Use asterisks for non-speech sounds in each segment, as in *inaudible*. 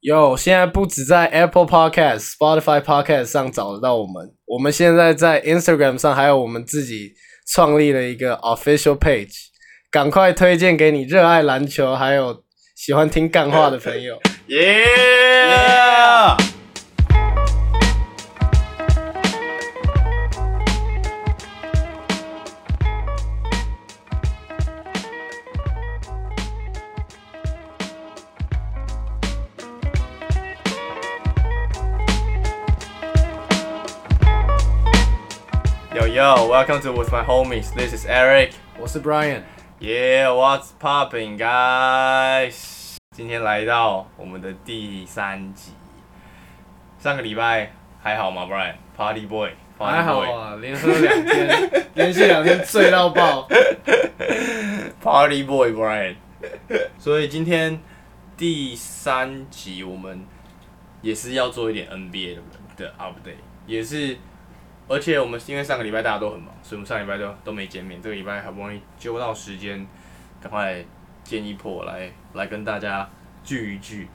有，现在不止在 Apple Podcast、Spotify Podcast 上找得到我们，我们现在在 Instagram 上还有我们自己创立了一个 Official Page，赶快推荐给你热爱篮球还有喜欢听干话的朋友。耶！Yo yo, welcome to with my homies. This is Eric. *laughs* 我是 Brian， Yeah, what's popping, guys？今天来到我们的第三集。上个礼拜还好吗，Brian？Party Boy，还好啊，连喝两天， *laughs* 连续两天醉到爆。 ，Party Boy Brian。所以今天第三集我们也是要做一点 NBA 的的 update，也是，而且我们因为上个礼拜大家都很忙，所以我们上礼拜都都没见面，这个礼拜好不容易揪到时间，赶快建一破来来跟大家聚一聚。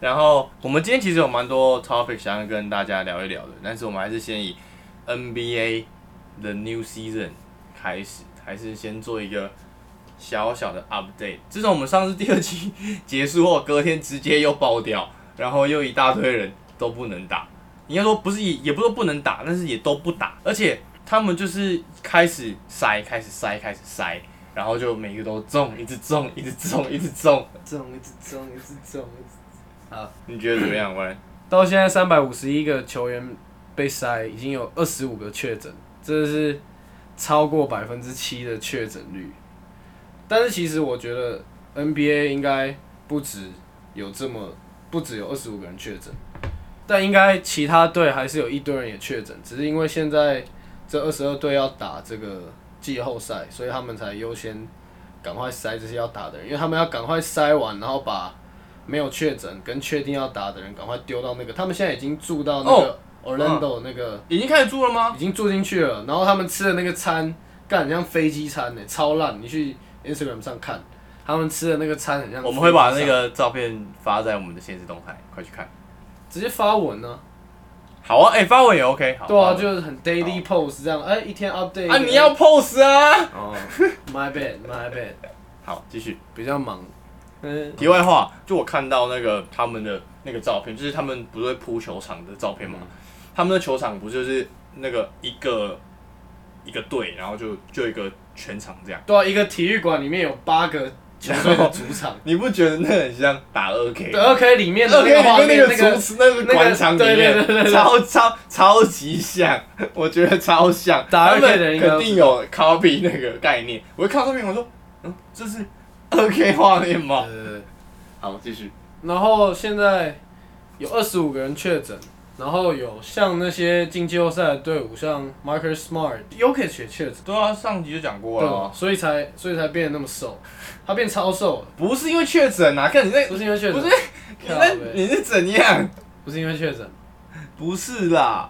然后我们今天其实有蛮多 topic 想要跟大家聊一聊的，但是我们还是先以 NBA 的 new season 开始，还是先做一个小小的 update。自从我们上次第二期结束后，隔天直接又爆掉，然后又一大堆人都不能打。应该说不是也也不是说不能打，但是也都不打，而且他们就是开始塞，开始塞，开始塞，然后就每个都中，一直中，一直中，一直中。 *laughs* 中一直中一直中一直你觉得怎么样，喂？到现在三百五十一个球员被筛，已经有二十五个确诊，这是超过百分之七的确诊率。但是其实我觉得 NBA 应该不止有这么，不止有二十五个人确诊，但应该其他队还是有一堆人也确诊，只是因为现在这二十二队要打这个季后赛，所以他们才优先赶快筛这些要打的人，因为他们要赶快筛完，然后把没有确诊跟确定要打的人，赶快丢到那个。他们现在已经住到那个嗯 Orlando 那个， *coughs* 已经开始住了吗？已经住进去了。然后他们吃的那个餐，干很像飞机餐呢、超烂。你去 Instagram 上看，他们吃的那个餐很像。我们会把那个照片发在我们的现实动态，快去看。直接发文呢、好啊，哎、发文也 OK 好。对啊，发文就是很 daily post 这样，哎、一天 update 啊，你要 pose 啊。哦，my bad my bad，好，继续。比较忙。嗯，题外话，就我看到那个他们的那个照片，就是他们不是会铺球场的照片吗？嗯他们的球场不就是那个一个一个队，然后就就一个全场这样。。对啊，一个体育馆里面有八个球队的主场 *laughs* 你不觉得那很像打二 K？对，二 K 里面的二那个画 K 里面面，那个那个主持那个广场里对对对对面，对超超超级像，我觉得超像。打他 2K 们的人应该肯定有 copy 那个概念。我一看到照片，我说，嗯，这是二 K 画面吗？呃，好，继续。然后现在有二十五个人确诊，然后有像那些进季后赛的队伍，像 Marcus Smart、u k i c 也确诊，对啊，上集就讲过对了吧啊，？所以才所以才变得那么瘦，他变超瘦了，不是因为确诊啊，看你那不是因为确诊，不是你靠那北你是怎样？不是因为确诊，不是啦，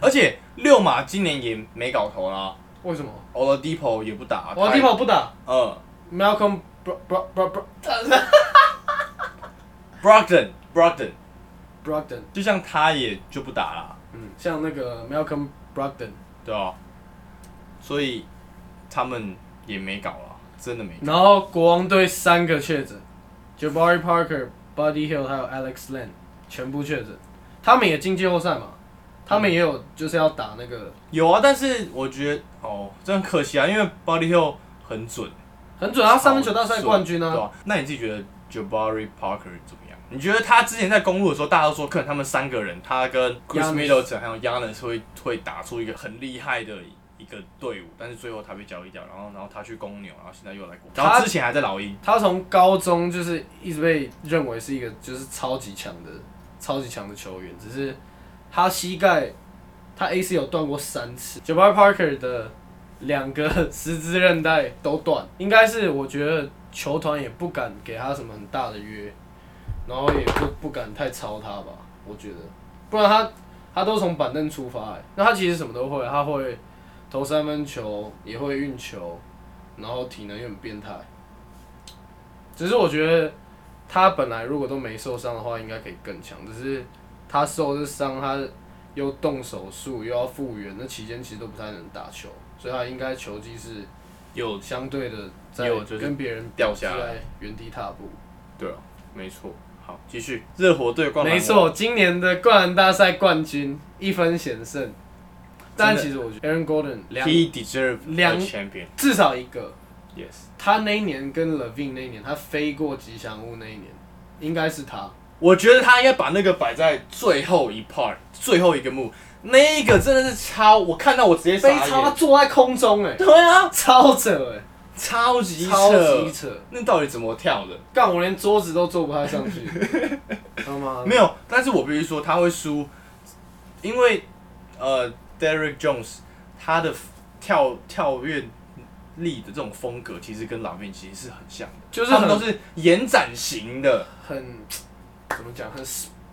而且六马今年也没搞头啦为什么？ ，Oladipo 也不打，我地跑不打他嗯，Malcolm Bro Bro Bro Bro ，Brogdon Brogdon， Brogdon，就像他也就不打啦，嗯，像那个 Malcolm Brogdon，对啊，所以他们也没搞了，真的没搞。然后国王队三个确诊，Jabari Parker、Buddy Hill 还有 Alex Len 全部确诊，他们也进季后赛嘛，他们也有就是要打那个。有啊，但是我觉得哦，真的很可惜啊，因为 Body Hill 很准，很准啊，他三分球大赛冠军对啊，啊，那你自己觉得 Jabari Parker 怎么样？你觉得他之前在公路的时候，大家都说可能他们三个人，他跟 Chris Giannis Middleton 还有 Yanis 会会打出一个很厉害的一个队伍，但是最后他被交易掉，然后然后他去公牛，然啊后现在又来国，他然后之前还在老鹰，他从高中就是一直被认为是一个就是超级强的、超级强的球员，只是他膝盖他 AC 有断过三次，Jabari Parker 的两个十字韧带都断，应该是我觉得球团也不敢给他什么很大的约，然后也不不敢太操他吧，我觉得，不然他他都从板凳出发、欸，那他其实什么都会，啊他会投三分球，也会运球，然后体能也很变态。只是我觉得他本来如果都没受伤的话，应该可以更强。只是他受这伤，他又动手术，又要复原，那期间其实都不太能打球，所以他应该球技是又相对的在有就是跟别人掉下来来，原地踏步。对啊，没错。好，继续热火队冠，没，错，今年的灌篮大赛冠军一分险胜，但其实我觉得 Aaron Gordon 两 He deserve 两 a champion. 至少一个， Yes，他那一年跟 Levine 那一年，他飞过吉祥物那一年，应该是他。我觉得他应该把那个摆在最后一 part，最后一个幕，那一个真的是超，我看到我直接傻飞超他眼。坐在空中哎、对啊， *laughs* 超扯哎、超级超级扯，扯！那到底怎么跳的？干我连桌子都坐不太上 *laughs* 去，知道吗？没有，但是我必须说他会输，因为呃，Derek Jones 他的跳跳跃力的这种风格，其实跟老面其实是很像的，就是他们很都是延展型的。很怎么讲，很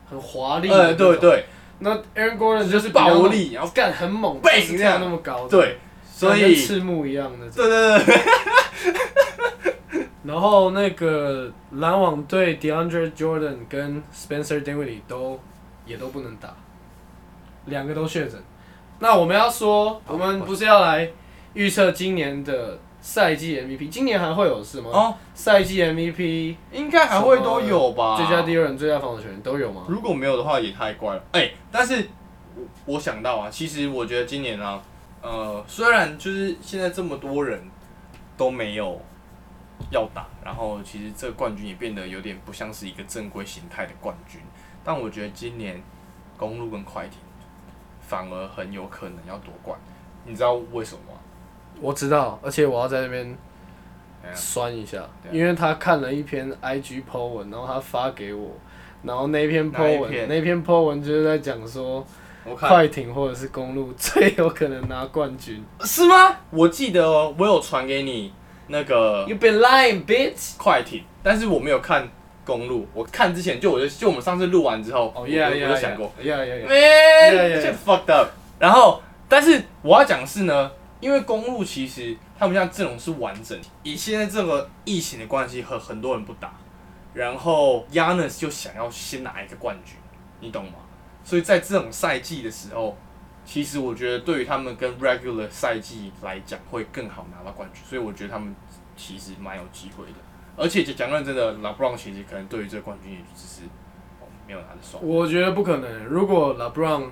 很华丽。呃，对。对那 Aaron Gordon 就是比较暴力，然后干很猛，背就是这跳样那么高，，对，所跟以赤木一样那种。对对对对，然后那个篮网队 DeAndre Jordan 跟 Spencer Dinwiddie 都也都不能打，两个都确诊。那我们要说，我们不是要来预测今年的赛季 MVP？今年还会有事吗？哦，赛季 MVP、应该还会都有吧？最佳第二人、最佳防守球员都有吗？如果没有的话，也太乖了。哎、但是我我想到啊，其实我觉得今年啊，呃，虽然就是现在这么多人都没有要打，然后其实这个冠军也变得有点不像是一个正规形态的冠军，但我觉得今年公路跟快艇反而很有可能要夺冠，你知道为什么吗？我知道，而且我要在那边哎呀酸一下，对啊因为他看了一篇 IG po 文，然后他发给我，然后那篇哪 po 一文篇那篇 po 文就是在讲说我看快艇或者是公路最有可能拿冠军。是吗？我记得哦我有传给你那个 You been lying, bitch！快艇，但是我没有看公路。我看之前就我就就我们上次录完之后，哦我，yeah 我 yeah，就想过， ，yeah yeah yeah。yeah, yeah, man， yeah. shit fucked up。然后，但是我要讲的是呢，因为公路其实他们现在阵容是完整，以现在这个疫情的关系，和很多人不打，然后 Yanis 就想要先拿一个冠军，你懂吗？所以在这种赛季的时候，其实我觉得对于他们跟 regular 赛季来讲，会更好拿到冠军，所以我觉得他们其实蛮有机会的。而且讲认真的，LeBron 其实可能对于这个冠军也只是哦没有拿得爽。我觉得不可能。如果 LeBron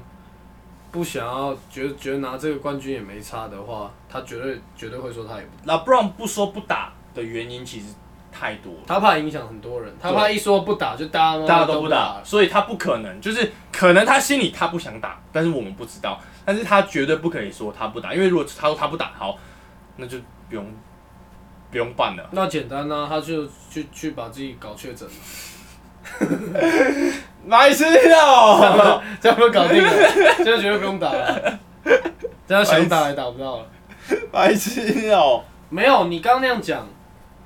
不想要，觉得觉得拿这个冠军也没差的话，他绝对绝对会说他也不。 LeBron 不说不打的原因其实太多了，他怕影响很多人，他怕一说不打就大家大家都都不不打打，了。所以他不可能，就是可能他心里他不想打，但是我们不知道，但是他绝对不可以说他不打，因为如果他说他不打，好，那就不用不用办了。那简单啊，他就去去把自己搞确诊了， *laughs* 来吃哦，这样就搞 *laughs* 定了，这样绝对不用打了，这样想打也打不到了。来吃哦，没有，你刚刚那样讲，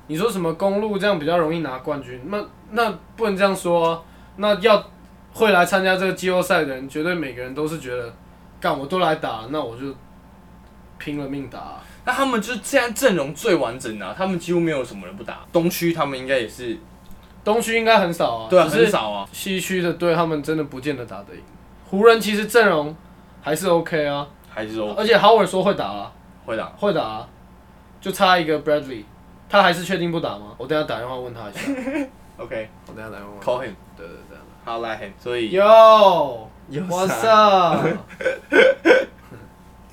你说什么公路这样比较容易拿冠军？那那不能这样说、啊。那要会来参加这个季后赛的人，绝对每个人都是觉得，干我都来打，那我就拼了命打啊、那他们就是现在阵容最完整的啊、他们几乎没有什么人不打。东区他们应该也是东区应该很少啊，对啊，只很是少啊，西区的队他们真的不见得打得赢。湖人其实阵容还是 OK 啊，还是说而且 Howard 说会打啊，会打。会打啊，就差一个 Bradley，他还是确定不打吗？我等一下打电话问他一下， OK，call、我等一下打电话问 him，他。对对对。好来 him，所以 Yo, 有 what's 啥 up？ *laughs*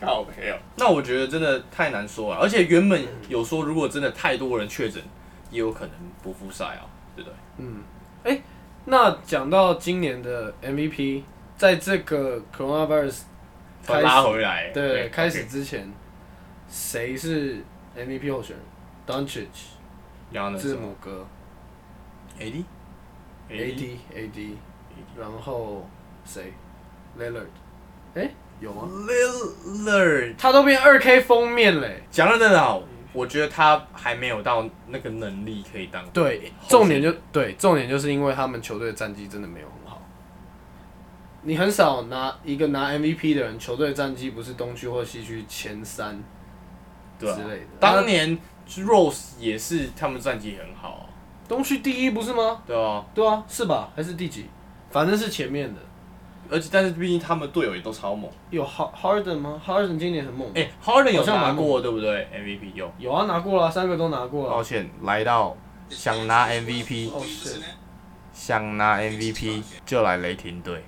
靠没有。那我觉得真的太难说了，而且原本有说，如果真的太多人确诊，也有可能不复赛啊，对不对？嗯，哎、那讲到今年的 MVP，在这个 coronavirus 开拉始回来，对开始 OK 之前，谁是 MVP 候选人？Doncic，然后呢？字母哥 AD ，AD AD，然后谁？Lillard，哎、有吗？嗯 Lillard，他都变二 K 封面欸嘞、讲认真的好，我觉得他还没有到那个能力可以当。对，后重点就对，重点就是因为他们球队的战绩真的没有很好。你很少拿一个拿 MVP 的人，球队战绩不是东区或西区前三对啊之类的当年 Rose 也是他们战绩很好啊，东区第一不是吗？对啊，对啊，是吧？还是第几？反正是前面的。而且但是毕竟他们队友也都超猛。有 Har- Harden 吗？Harden 今年很猛。哎、h a r d e n 有好像拿蛮猛过对不对？MVP 有。有啊，拿过了，三个都拿过了。啊抱歉，来到想拿 MVP，哦，是。想拿 MVP 就来雷霆队。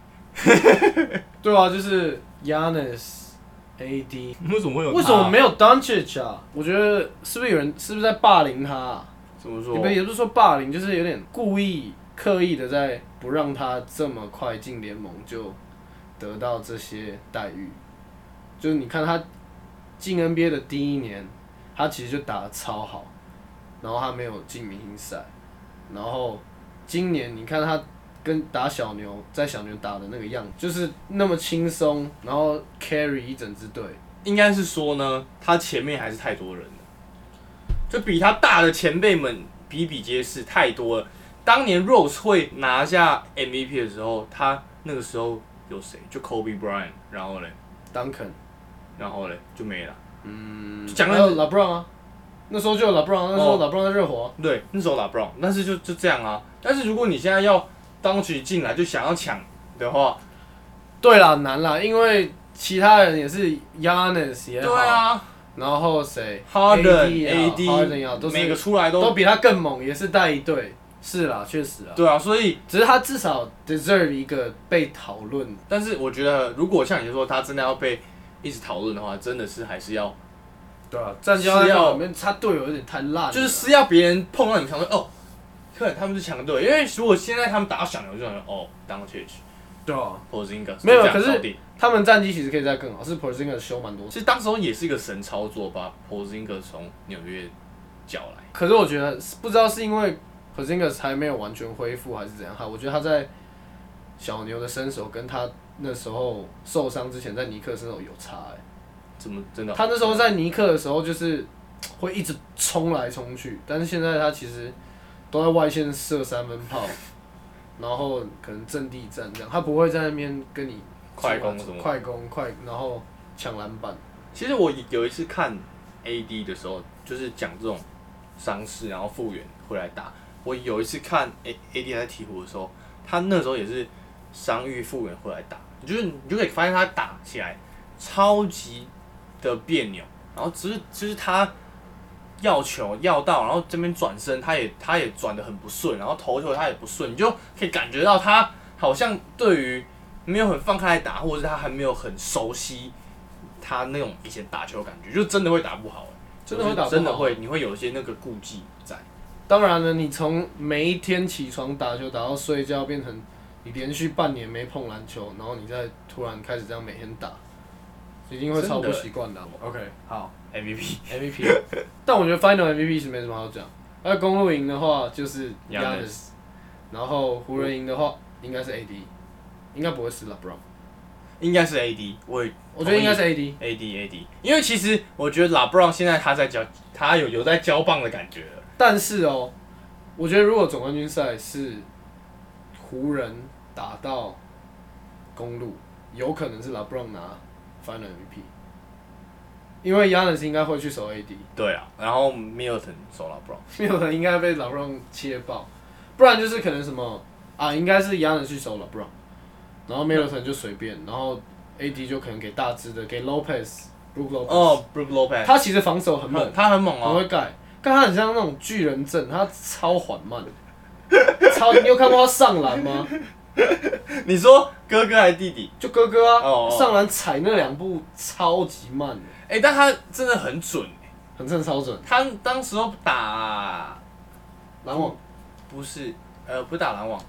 对啊，就是 Yanis、AD。为什么会有他？为什么没有 Doncic 啊？我觉得是不是有人是不是在霸凌他、啊？怎么也说不？也不是说霸凌，就是有点故意刻意的在不让他这么快进联盟就得到这些待遇。就是你看他进 NBA 的第一年，他其实就打得超好，然后他没有进明星赛，然后今年你看他跟打小牛在小牛打的那个样子，就是那么轻松，然后 carry 一整支队。应该是说呢，他前面还是太多人了，就比他大的前辈们比比皆是，太多了。当年 Rose 会拿下 MVP 的时候，他那个时候有谁？就 Kobe Bryant，然后嘞， Duncan，然后嘞就没了。嗯，讲还到有 LeBron 啊，那时候就有 LeBron，那时候 LeBron 在热火啊、对，那时候打 Brown，但是就就这样啊。但是如果你现在要当局进来就想要抢的话，对啦，难啦，因为其他人也是 Yanis 也好，对啊然后谁，Harden、 AD 好啊 Harden 也好，都 AD 每个是出来都都比他更猛，也是带一队。是啦，确实啊，对啊，所以只是他至少 deserve 一个被讨论。但是我觉得，如果像你说他真的要被一直讨论的话，真的是还是要，对啊，战绩要绩在要那里面，他队友有点太烂了，啊就是是要别人碰到你才会哦，看他们是强队，因为如果现在他们打到小牛就想说哦 d o w n c h 对啊，或者 z i n g a 没有可是是他们战绩其实可以再更好，是 Porzingis 修蛮多其。实当时候也是一个神操作，把 p o z i n g a 从纽约叫来。可是我觉得不知道是因为 Porzingis 还没有完全恢复还是怎样，哈，我觉得他在小牛的身手跟他那时候受伤之前在尼克身手有差欸怎么真的？他那时候在尼克的时候，就是会一直冲来冲去，但是现在他其实都在外线射三分炮，然后可能阵地战这样，他不会在那边跟你快攻什么快攻快，然后抢篮板。其实我有一次看 AD 的时候，就是讲这种伤势，然后复原回来打。我有一次看 A AD 还在鹈鹕的时候，他那时候也是伤愈复原回来打，你就是你就可以发现他打起来超级的别扭，然后只是就是他要球要到，然后这边转身他也他也转的很不顺，然后投球他也不顺，你就可以感觉到他好像对于没有很放开来打，或者是他还没有很熟悉他那种以前打球的感觉，就真的会打不好、欸真的会打不好啊就是真的会，你会有一些那个顾忌在。当然了，你从每一天起床打球打到睡觉，变成你连续半年没碰篮球，然后你再突然开始这样每天打，一定会超不真的习惯的啊。OK，好。 MVP MVP，但我觉得 Final MVP 是没什么好讲。那公路赢的话就是 Giannis Yanis，然后湖人赢的话应该是 AD，应该不会是 LeBron。应该是 AD，我也我觉得应该是 AD， AD AD，因为其实我觉得 LeBron 现在他在交，他有有在交棒的感觉了。但是哦，我觉得如果总冠军赛是湖人打到公路，有可能是 LeBron 拿 Final MVP，因为 Yanis 应该会去守 AD。对啊，然后 Milton 守 LeBron， *laughs* 没有人应该被老 e 切爆，不然就是可能什么啊，应该是杨人去守老 e 然后 Middleton 就随便，然后 AD 就可能给大只的，给 Lopez、Brook Lopez，、哦 b r o o k Lopez，他其实防守很猛，他很猛很哦，会盖，但他很像那种巨人阵，他超缓慢，超你有看过他上篮吗？你说哥哥还是弟弟？就哥哥啊哦哦上篮踩那两步超级慢的，哎、但他真的很准、很正超准，他当时候打篮网不是呃不是打篮网，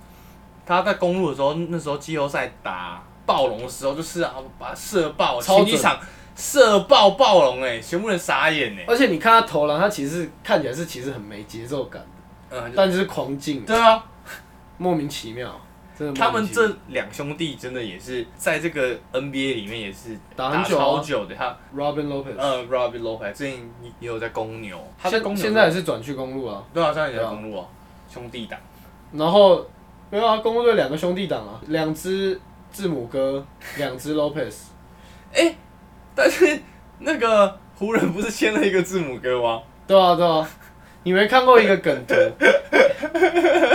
他在公路的时候，那时候季后赛打暴龙的时候，就是啊把他射爆，超准前一场射爆暴龙哎、全部人傻眼哎、而且你看他投篮，他其实看起来是其实很没节奏感的，嗯、但呃就是狂进。对啊，莫名其妙，啊真的莫名其妙。他们这两兄弟真的也是在这个 NBA 里面也是打很打久啊超久的。他 Robin Lopez，、呃，Robbie Lopez 最近也有在公牛，他在公现牛现在也是转去公路啊，对啊，现在也在公路啊，兄弟党。然后没有啊，公路队两个兄弟党啊，两只字母哥，两只 Lopez，但是那个湖人不是签了一个字母哥吗？ *laughs* 对啊对啊，你没看过一个梗图，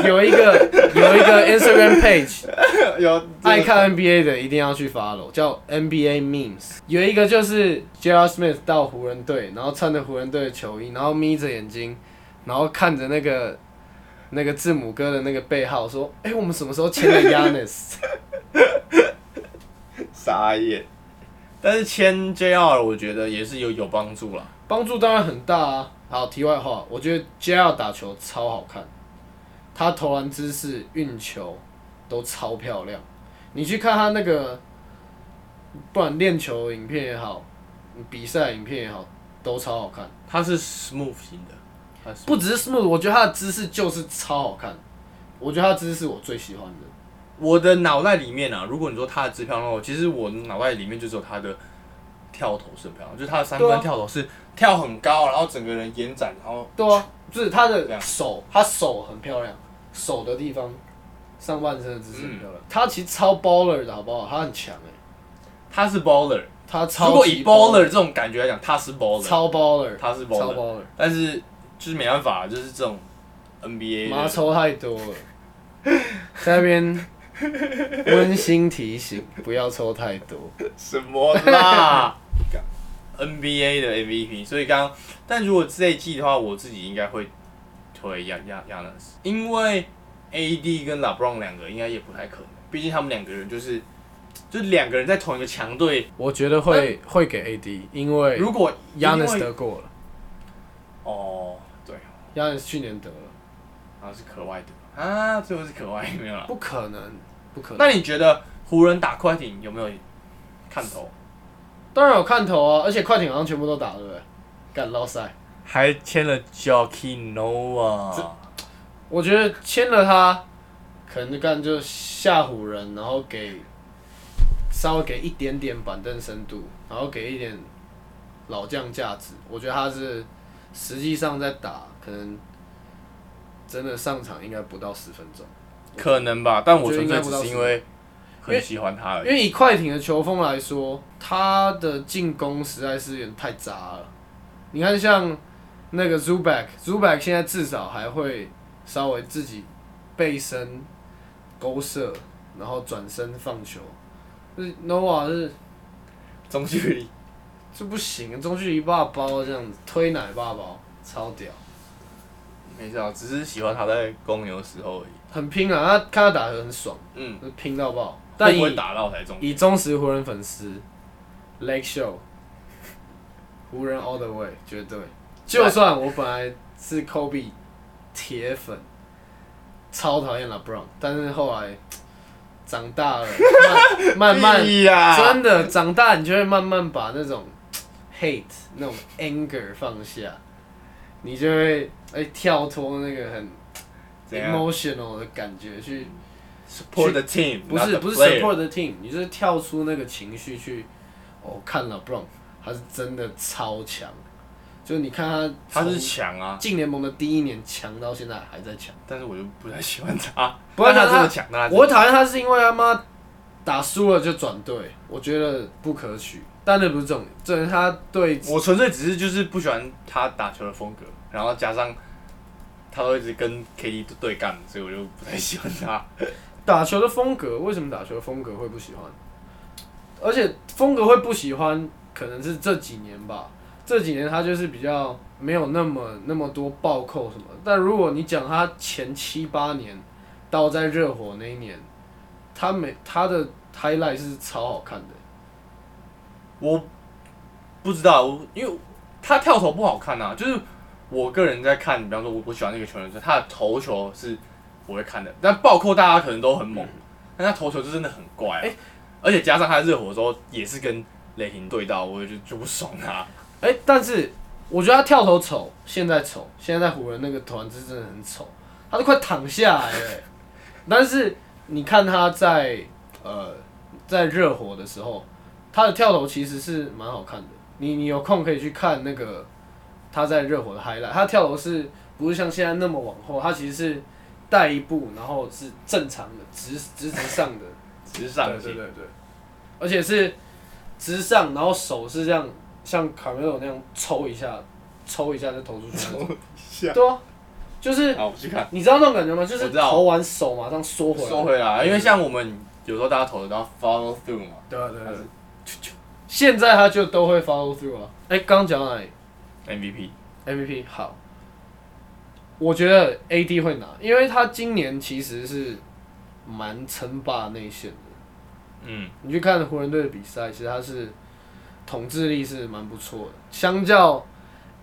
*laughs* 有一个有一个 Instagram page，有爱看 NBA 的一定要去 follow，叫 NBA memes。有一个就是 j a r Smith 到湖人队，然后穿着湖人队的球衣，然后眯着眼睛，然后看着那个那个字母哥的那个背号，说：“哎、我们什么时候签了 Yanis？” 傻眼。但是签 JR 我觉得也是有有帮助啦。帮助当然很大啊。好，题外话，我觉得 j a 打球超好看，他投篮姿势、运球都超漂亮。你去看他那个，不管练球影片也好，比赛影片也好，都超好看。他是 smooth 型的，他是不只是 smooth，我觉得他的姿势就是超好看。我觉得他的姿势是我最喜欢的。我的脑袋里面啊，如果你说他的支票的话，其实我脑袋里面就是有他的跳投是很漂亮，就是他的三对啊分跳投是跳很高，然后整个人延展，然后对啊，就是他这的样手，他手很漂亮，手的地方，上半身的姿势很漂亮。他其实超 baller 的好不好？他很强哎、他是 baller。他超如果级以 baller 这种感觉来讲，他是 baller，超 baller，他是超 baller， baller，但是就是没办法，啊就是这种 NBA 妈的抽太多了，在那边温馨提醒，不要抽太多。什么啦 *laughs* ？NBA 的 MVP，所以刚刚，但如果这一季的话，我自己应该会推亚亚亚纳斯，因为 AD 跟 LeBron 两个应该也不太可能，毕竟他们两个人就是就两个人在同一个强队，我觉得会会给 AD，因为哎如果 Yanis 因为得过了哦，对， ，Yanis 去年得了，然后是可外的啊，最后是可外没有了。不可能，不可能。那你觉得湖人打快艇有没有看头？当然有看头啊，而且快艇好像全部都打，对不对？干捞赛，还签了 Jockey Noah，我觉得签了他，可能就干就吓唬人，然后给稍微给一点点板凳深度，然后给一点老将价值。我觉得他是实际上在打，可能真的上场应该不到十分钟。可能吧，但我我觉得纯应该粹不只到是因为很喜欢他因而已。为以快艇的球风来说，他的进攻实在是有点太渣了。你看，像那个 Zubac，Zubac 现在至少还会稍微自己背身勾射，然后转身放球。就是 Nova 是中距离，这不行，中距离霸包这样子推奶霸包，超屌，没事啊，只是喜欢他在公牛的时候而已。很拼啊！他看他打的很爽，嗯，就是拼到爆。但但以不会打到才中。以忠实湖人粉丝，Lake Show，湖人 all the way，绝对。就算我本来是 Kobe 铁粉，超讨厌 LeBron，但是后来长大了，慢慢慢 *laughs* 屁啊呀，真的长大，你就会慢慢把那种 hate、那种 anger 放下，你就会哎、跳脱那个很怎样 emotional 的感觉去？Support the team，不 not 是 the 不是 player support the team，你就是跳出那个情绪去，哦，看了 Brown，他是真的超强，就是你看他他是从强啊，进联盟的第一年强到现在还在强，但是我就不太喜欢他。不然但他啊他真的强，那他真我的讨厌他是因为他妈打输了就转队，我觉得不可取，但那不是重点，重点是他对我纯粹只是就是不喜欢他打球的风格，然后加上他都一直跟 KD 对干，所以我就不太喜欢他。打球的风格，为什么打球的风格会不喜欢？而且风格会不喜欢，可能是这几年吧。这几年他就是比较没有那么那么多暴扣什么。但如果你讲他前七八年到在热火那一年，他每他的 highlight 是超好看的。我不知道，我因为他跳投不好看呐、就是我个人在看，比方说我我喜欢那个球员的时候，他的投球是我会看的，但暴扣大家可能都很嗯猛，但他投球就真的很怪、啊，而且加上他热火的时候也是跟雷霆对到，我就就不爽啊他。哎、但是我觉得他跳投丑，现在丑，现在在湖人那个团子真的很丑，他都快躺下来了欸、但是你看他在呃在热火的时候，他的跳投其实是蛮好看的。你你有空可以去看那个他在热火的 highlight，他跳投是不是像现在那么往后？他其实是带一步，然后是正常的直直直上的。只是上对对进，对对，而且是直上， *laughs* 然后手是这样，像卡梅隆那样抽一下，抽一下就投出去那种，下。对啊，就是好，我去看，你啊知道那种感觉吗？就我是知道投完手马上缩回来。收回来，因为像我们有时候大家投的都要 follow through 嘛。对啊对啊还对是啊。现在他就都会 follow through 啊。哎、刚刚讲到哪里嗯 MVP， ？MVP 好，我觉得 AD 会拿，因为他今年其实是蛮称霸内线的。嗯，你去看湖人队的比赛，其实他是统治力是蛮不错的。相较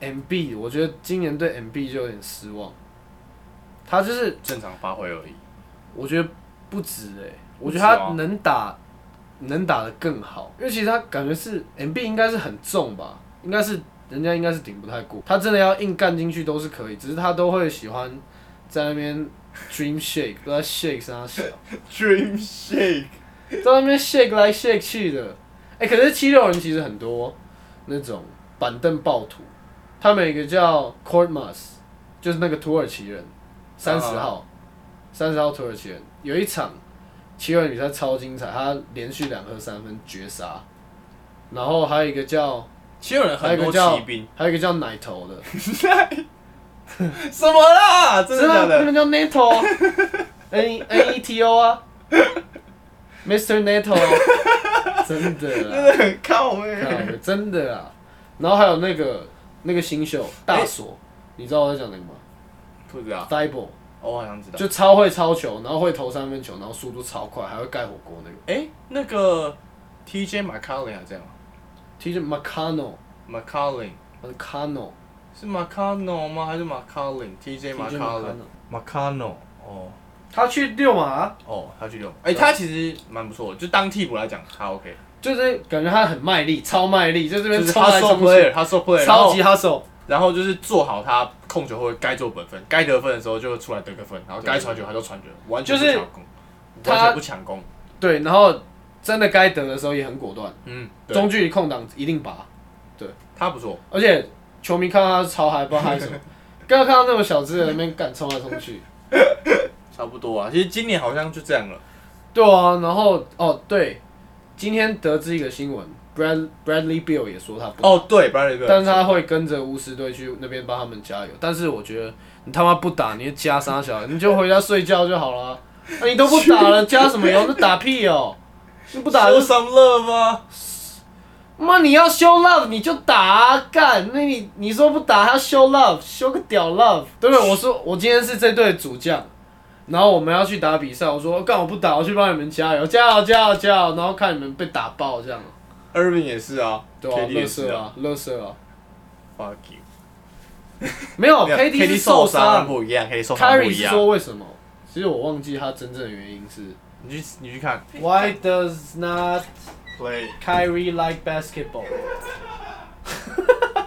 MB，我觉得今年对 MB 就有点失望。他就是正常发挥而已。我觉得不止哎、我不觉止得啊他能打能打得更好，因为其实他感觉是 MB 应该是很重吧，应该是人家应该是顶不太过，他真的要硬干进去都是可以，只是他都会喜欢在那边 dream shake，都在啊 shake 上小， Dream Shake，在那边 shake 来 shake 去的，哎、可是七六人其实很多那种板凳暴徒，他们有一个叫 c o r t m a s 就是那个土耳其人，三十啊号，三十、号土耳其人有一场七六人比赛超精彩，他连续两颗三分绝杀，然后还有一个叫其实有人还有很一个多叫骑兵，还有一个叫奶头的， *laughs* 什么啦？真的假啊那的？个叫 NATO，N N E T O *laughs* 啊，Mr. NATO，真的啊啦。真的很靠背。靠真的啊。然后还有那个那个新秀大锁，你知道我在讲哪个吗不知道， d i b l 哦我好像知道。就超会抄球，然后会投三分球，然后速度超快，还会盖火锅那个。哎、那个 TJ McCollin 还这样吗 TJ McConnell，McConnell ？McCollin 是 McConnell 吗？还是 McCollin？TJ McCollin。McConnell 哦他去六啊马，哦，他去用。哎、他其实蛮不错的，就当替补来讲，他 OK。就是感觉他很卖力，超卖力，在这边就是冲他来 so 冲 player，去，他 so player，然超后级 hustle。然后就是做好他控球后该做本分，该得分的时候就出来得个分，然后该传球他就传球，完全不就是抢攻，他完全不抢攻。对，然后真的该得的时候也很果断，嗯，对，中距离空档一定拔。他不错。而且球迷看到他超嗨，不知道嗨什么。 *laughs* 刚刚看到那种小资在那边敢冲来冲去，差不多啊，其实今年好像就这样了。对啊，然后哦对，今天得知一个新闻，Brad Bradley Bill 也说他不，哦，对 b r a d l e y 嗯但是他会跟着巫师队去那边帮他们加油。但是我觉得你他妈不打，你就加啥小，你就回家睡觉就好了。那、你都不打了，加什么油？那打屁哦！你不打有就 some love 啊，妈，你要 show love 你就打、啊、干，那你你说不打还要 show love show 个屌 love，对不对？我说我今天是这队的主将，然后我们要去打比赛，我说哦干我不打，我去帮你们加油，加油加油加油，然后看你们被打爆这样， Irving 也是啊，对啊， KD 乐也是色啊，乐色啊， ，Fuck you。没有没有 KD 哦是受啊伤不一样，KD 受伤不，Carry 一是样。说为什么？其实我忘记他真正的原因是你去你去看 Why does not play， Kyrie like basketball *laughs*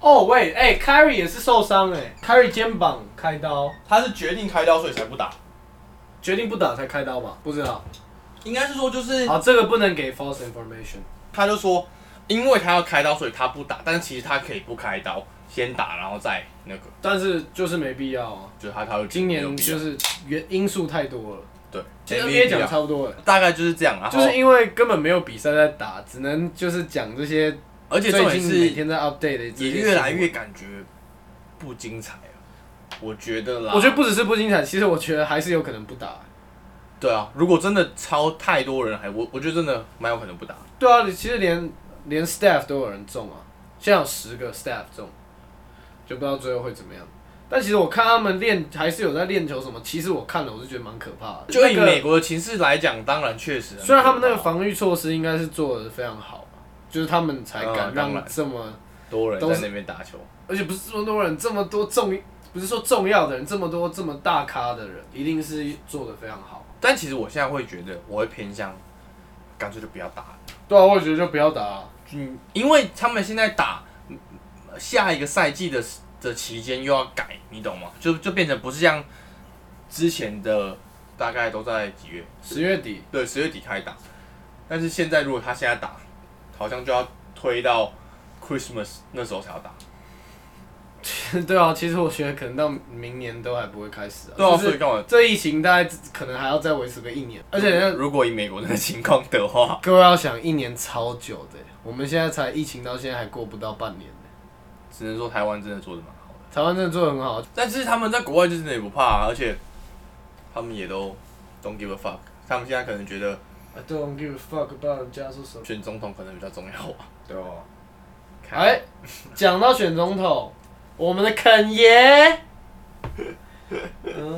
哦，喂，哎，Kyrie 也是受伤哎，Kyrie 肩膀开刀，他是决定开刀所以才不打，决定不打才开刀吧？不知道。应该是说就是好，这个不能给 false information。他就说，因为他要开刀所以他不打，但是其实他可以不开刀，先打然后再那个，但是就是没必要啊，就是他他会今没有年必要就是原因素太多了。对，其实 MVP NBA 讲得啊差不多了，大概就是这样，然后就是因为根本没有比赛在打，只能就是讲这些而且重最点近每是天在 update 的这些也新越闻来越感觉不精彩了，我觉得啦，我觉得不只是不精彩，其实我觉得还是有可能不打。对啊，如果真的超太多人还我我觉得真的蛮有可能不打，对啊，其实连连 staff 都有人中啊，现在有十个 staff 中，就不知道最后会怎么样。但其实我看他们练还是有在练球什么，其实我看了我是觉得蛮可怕的。就以那个美国的情势来讲，当然确实很可怕，虽然他们那个防御措施应该是做的非常好，就是他们才敢嗯当让然这么，多人都是在那边打球，而且不是这么多人，这么多重，不是说重要的人，这么多这么大咖的人，一定是做的非常好。但其实我现在会觉得我会偏向，干脆就不要打了。对啊，我也觉得就不要打、啊。嗯，因为他们现在打嗯下一个赛季的的期间又要改，你懂吗？就就变成不是像之前的大概都在几月？十月底， *laughs* 对，十月底开打。但是现在如果他现在打，好像就要推到 Christmas 那时候才要打。对啊，其实我觉得可能到明年都还不会开始啊。对啊，就是所以干嘛？这疫情大概可能还要再维持个一年，而且呢如果以美国的 *laughs* 情况的话，各位要想，一年超久的，我们现在才疫情到现在还过不到半年，只能说台湾真的做的蛮好的。台湾真的做的很好，但是他们在国外就是也不怕、啊，而且他们也都 don't give a fuck。他们现在可能觉得 I don't give a fuck about 人家说什么。选总统可能比较重要吧。对哦。看哎，讲到选总统，我们的肯爷。 *laughs*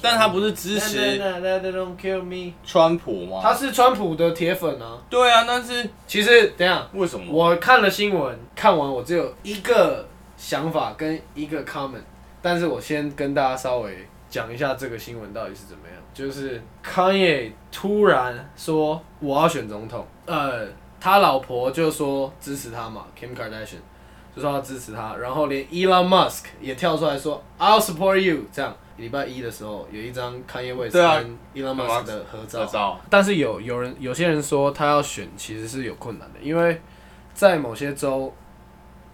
但他不是支持 Don't kill me。川普吗？他是川普的铁粉啊。对啊，但是其实，等一下为什么？我看了新闻，看完我只有一个想法跟一个 comment，但是我先跟大家稍微讲一下这个新闻到底是怎么样。就是康也突然说我要选总统，呃，他老婆就说支持他嘛，Kim Kardashian 就说要支持他，然后连 Elon Musk 也跳出来说 I'll support you，这样。礼拜一的时候有一张康耶 West 对啊跟 Elon Musk 的合照我，知道，但是有有人有些人说他要选其实是有困难的，因为在某些州，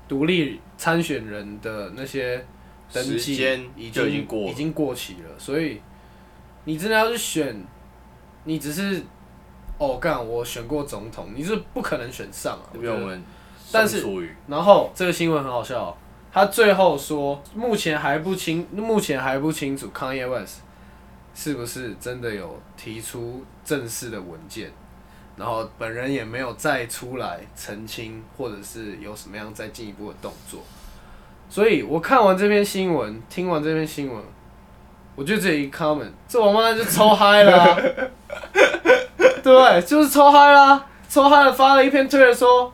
独立参选人的那些登时记间已就经已经过了已经过期了，所以你真的要去选，你只是哦干我选过总统，你是不可能选上啊。这我觉边得我们但是宋楚瑜然后这个新闻很好笑哦、他最后说目前还不清，目前还不清楚康 a West 是不是真的有提出正式的文件，然后本人也没有再出来澄清，或者是有什么样再进一步的动作。所以我看完这篇新闻，听完这篇新闻，我就这一 comment，这王八蛋就抽嗨了、啊，对不对？就是抽嗨啦、抽嗨了发了一篇推特说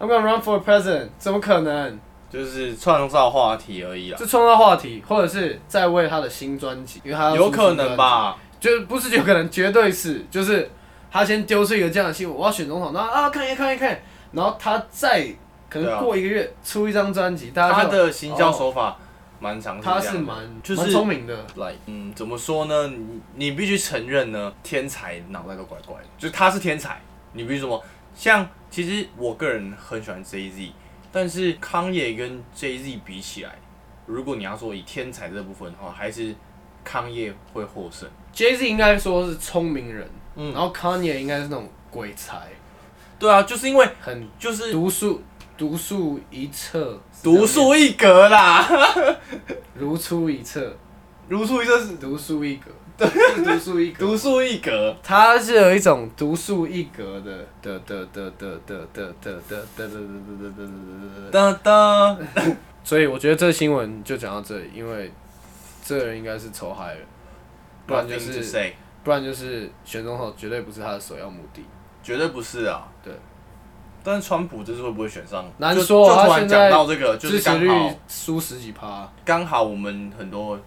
I'm gonna run for president，怎么可能？就是创造话题而已啦，就创造话题，或者是在为他的新专辑，因为他要有出可新专辑能？吧？就是不是有可能，绝对是，就是他先丢出一个这样的新闻，我要选总统，然后啊看一看看一看，然后他再可对啊能过一个月出一张专辑，大家他就哦的行销手法蛮常他这样是的蛮就是蛮聪明的， like，嗯，怎么说呢？你你必须承认呢，天才脑袋都怪怪的，就是他是天才，你必须什么？像其实我个人很喜欢 Jay Z，但是康也跟 Jay Z 比起来，如果你要说以天才这部分的话，还是康也会获胜。 Jay Z 应该说是聪明人，嗯然后 Kanye 应该是那种鬼才，对啊，就是因为很就是独树独树一辙，独树一格啦，如出一辙，独树一格是独树一格，对，独树一格。独树一格，他是有一种独树一格的的的的的的的的的的的的的的的的，噔噔。所以我觉得这新闻就讲到这里，因为这人应该是仇害了，不然就 Nothing to 是 say 不然就是选总统绝对不是他的首要目的，绝对不是啊。对。但是川普这次会不会选上？难就说啊就他突然现在讲到这个，就支是持刚率好输十几趴，刚好我们很多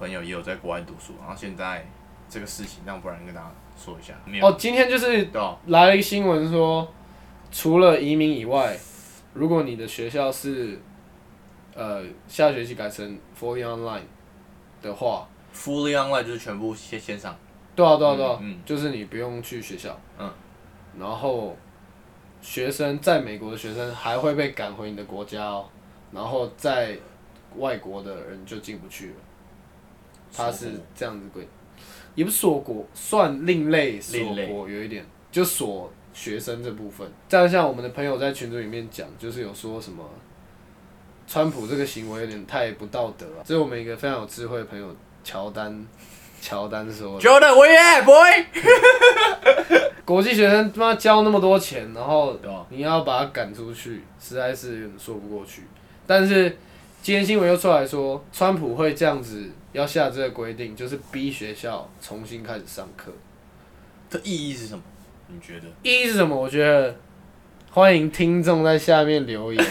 朋友也有在国外读书，然后现在这个事情，让不然跟大家说一下。没有哦，今天就是对啊来了一新闻说，除了移民以外，如果你的学校是呃下学期改成 fully online 的话， ，fully online 就是全部线线上，对啊对啊对啊，嗯嗯就是你不用去学校，嗯，然后学生在美国的学生还会被赶回你的国家哦，然后在外国的人就进不去了，他是这样子规，也不是锁国，算另类锁另类国有一点，就锁学生这部分。但像我们的朋友在群组里面讲，就是有说什么。川普这个行为有点太不道德了，这是我们一个非常有智慧的朋友乔丹，乔丹说的。 Jordan，我也 boy。国际学生他妈交那么多钱，然后对啊哦你要把他赶出去，实在是有点说不过去。但是今天新闻又出来说，川普会这样子要下这个规定，就是逼学校重新开始上课。这意义是什么？你觉得？意义是什么？我觉得欢迎听众在下面留言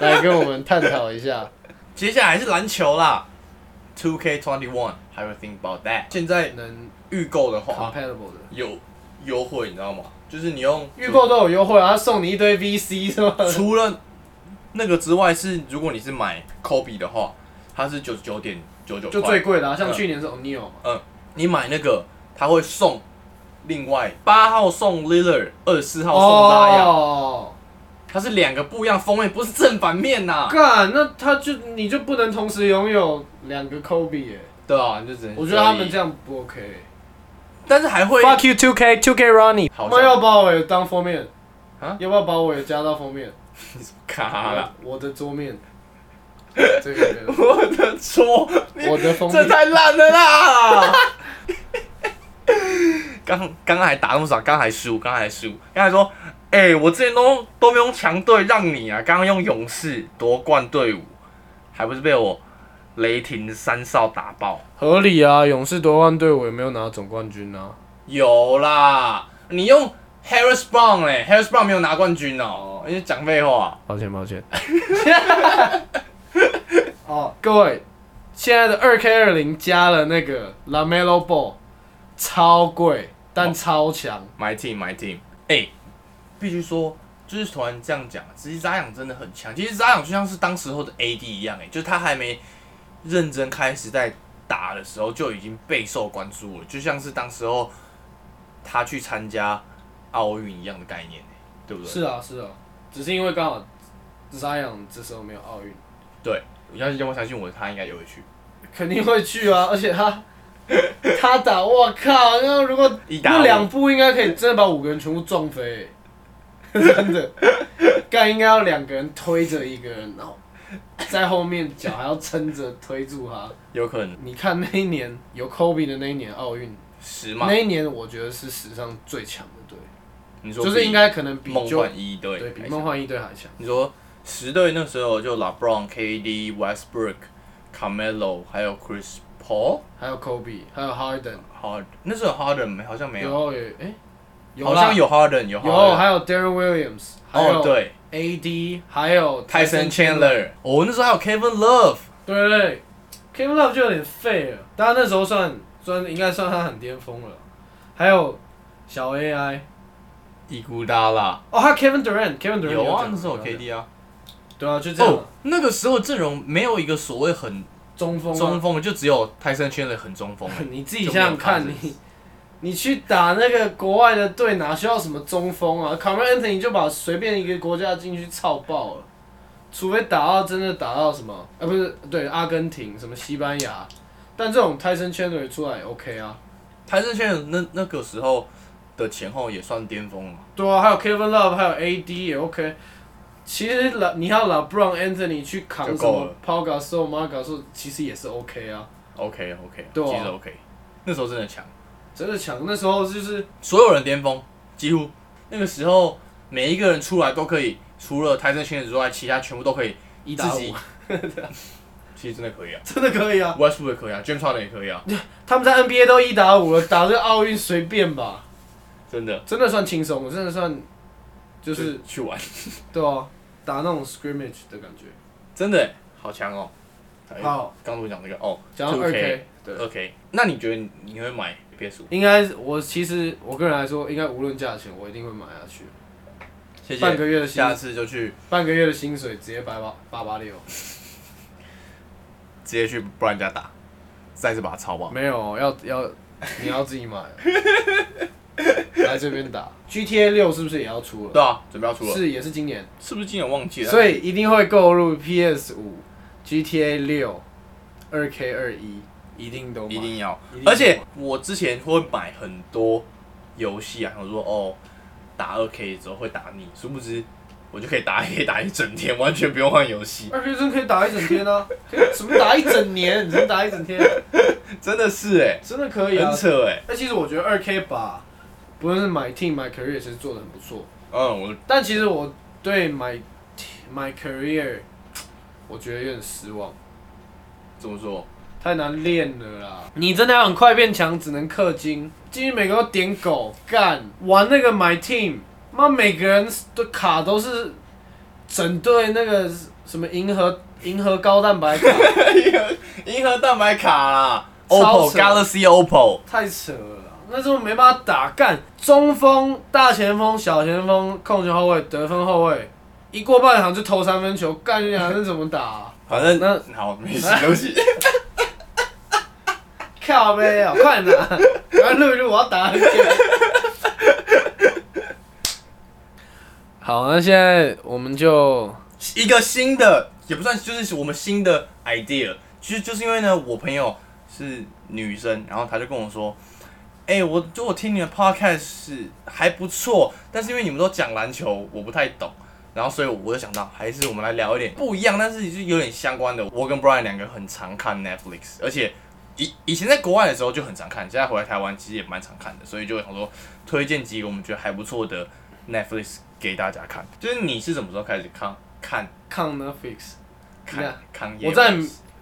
来跟我们探讨一下。接下来是篮球啦，Two K Twenty One，How you think about that？现在能预购的话 compatible 的有优惠，你知道吗？就是你用预购都有优惠啊，他送你一堆 VC 是吗？除了那个之外，是如果你是买 Kobe 的话，它是九十九点九九就块最。贵的、啊，像去年是 O'Neal 嘛，你买那个，它会送另外八号送 Lillard，二十四号送拉亚，哦，它是两个不一样封面，不是正反面呐、干，那他就你就不能同时拥有两个 Kobe 耶、对啊，你就只能我觉得他们所以这，样不 OK、但是还会 you two K two K Ronnie，他好像们要把我也当封面啊要不要把我也加到封面？卡啦， *laughs* 我的桌面，这个没有 *laughs* 我的错，我的风这力太烂了啦！ *laughs* 刚刚刚还打那么少，刚还输，刚还输，刚还说，哎、我之前都都没用强队让你啊，刚刚用勇士夺冠队伍，还不是被我雷霆三少打爆？合理啊！勇士夺冠队伍也没有拿总冠军啊。有啦，你用 Harris Brown 嘞、h a r r i s Brown 没有拿冠军哦、你讲废话。抱歉，抱 *laughs* 歉。哦，各位，现在的二 K 二零加了那个 Lamelo Ball，超贵但超强。 My team, my team。哎、必须说，就是突然这样讲，其实扎养真的很强。其实扎养就像是当时候的 AD 一样、哎，就是他还没认真开始在打的时候，就已经备受关注了，就像是当时候他去参加奥运一样的概念、哎对不对？是啊，是啊，只是因为刚好 Zion 这时候没有奥运，对，我相信，我相信我，他应该也会去。肯定会去啊。而且他 *laughs* 他打，我靠！那如果一打五那两步，应该可以真的把五个人全部撞飞、 *laughs* 真的。干应该要两个人推着一个人，然后在后面脚还要撑着推住他。有可能你看那一年有 Kobe 的那一年奥运，十嘛那？一年我觉得是史上最强的队，你说就是比应该可能比梦 Jo- 幻一对对比还梦幻一队还强。你说十队那时候就 LeBron、KD、Westbrook、Carmelo 还有 Chris Paul，还有 Kobe，还有 Harden，好，那时候有 Harden 没？好像没有，有诶，哎有好啦像有 Harden 有有，还 Harden。有 Darren Williams，还哦，有对 AD，还有，Tyson Chandler，哦，那时候还有 Kevin Love，对对对，Kevin Love 就有点废了，但他那时候算算应该算他很巅峰了。还有小 AI，伊古达拉，哦，还有 Kevin Durant，Kevin Durant 有啊，讲那时候有对 KD 啊。对啊，就这样哦啊，，那个时候阵容没有一个所谓很中锋啊中锋的，就只有 Tyson Chandler 很 *laughs* 中锋而已。你自己想想看，你你去打那个国外的队，哪需要什么中锋啊？卡梅恩特你就把随便一个国家进去操爆了，除非打到真的打到什么，啊不是对阿根廷什么西班牙，但这种泰森圈队出来也 OK 啊。 Tyson Chandler 那那个时候的前后也算巅峰了嘛。对啊，还有 Kevin Love，还有 AD 也 OK。其实老你要老 Brown Anthony 去扛就什够么了 Paul Gasol、Marc Gasol，其实也是 OK 啊， OK OK，对啊其实 OK，那时候真的强。真的强。那时候就是所有人巅峰，几乎那个时候每一个人出来都可以，除了泰森圈子之外，其他全部都可以一打自五己，。 *laughs* 其实真的可以啊 *laughs* 真的可以啊。 ，Westbrook 也可以啊，James Harden 也可以啊，他们在 NBA 都一打五了，打这个奥运随便吧，真的真的算轻松，真的算就是去玩，对啊，打那种 scrimmage 的感觉。真的欸好强哦。哎好，刚刚我讲这个哦，讲到二 K，对，二 K，那你觉得你你会买 PS 五？应该我其实我个人来说，应该无论价钱，我一定会买下去。谢谢。半个月的薪下次就去半个月的薪水直接八八八八六，直接去不然家打，再次把它抄爆。没有要要你要自己 *laughs* 买，来这边打。GTA 六是不是也要出了？对啊，准备要出了，是也是今年，是不是今年忘记了？所以一定会购入 PS 五、GTA 六、二 K 二一，一定都买一定要一定。要而且我之前会买很多游戏啊，我说哦，打二 K 之后会打腻，殊不知我就可以打 A 打一整天，完全不用换游戏， *laughs* 二 K 真可以打一整天啊，可以什么打一整年，什么打一整天，真的是哎、真的可以啊很。扯哎、那其实我觉得二 K 把，不论是买 Team 买 Career 其实做的很不错，嗯，我但其实我对买买 Career，我觉得有点失望，怎么说？太难练了啦。你真的要很快变强，只能氪金，进去每个都点狗干，玩那个买 Team，妈每个人的卡都是整队那个什么银河银河高蛋白卡， *laughs* 银河蛋白卡啦超，OPPO 扯 Galaxy OPPO，太扯了啦， *laughs* 那时候没办法打干。中锋、大前锋、小前锋、控球后卫、得分后卫，一过半场就投三分球，干你俩是怎么打、啊？反正那好没事，对不起，靠呗啊， *laughs* 快拿！来录一录，我要打很久。好，那现在我们就一个新的也不算，就是我们新的 idea。其实就是因为呢，我朋友是女生，然后她就跟我说：“哎、我就我听你的 podcast 是还不错，但是因为你们都讲篮球，我不太懂。”然后所以我就想到，还是我们来聊一点不一样，但是就有点相关的。我跟 Brian 两个很常看 Netflix，而且以以前在国外的时候就很常看，现在回来台湾其实也蛮常看的，所以就想说推荐几个我们觉得还不错的 Netflix 给大家看。就是你是什么时候开始看看看 Netflix，看看？我在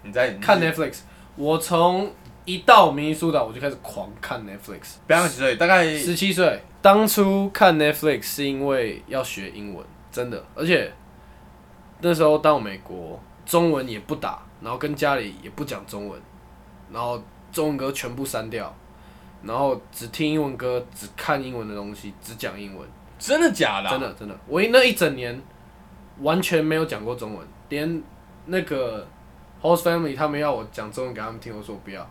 你在看你是 Netflix，我从一到明尼苏达我就开始狂看 Netflix。不要几岁，大概十七岁，当初看 Netflix 是因为要学英文，真的，而且那时候到美国，中文也不打，然后跟家里也不讲中文，然后中文歌全部删掉，然后只听英文歌，只看英文的东西，只讲英文，真的假的啊、真的真的，我那一整年完全没有讲过中文，连那个 host family 他们要我讲中文给他们听，我说我不要。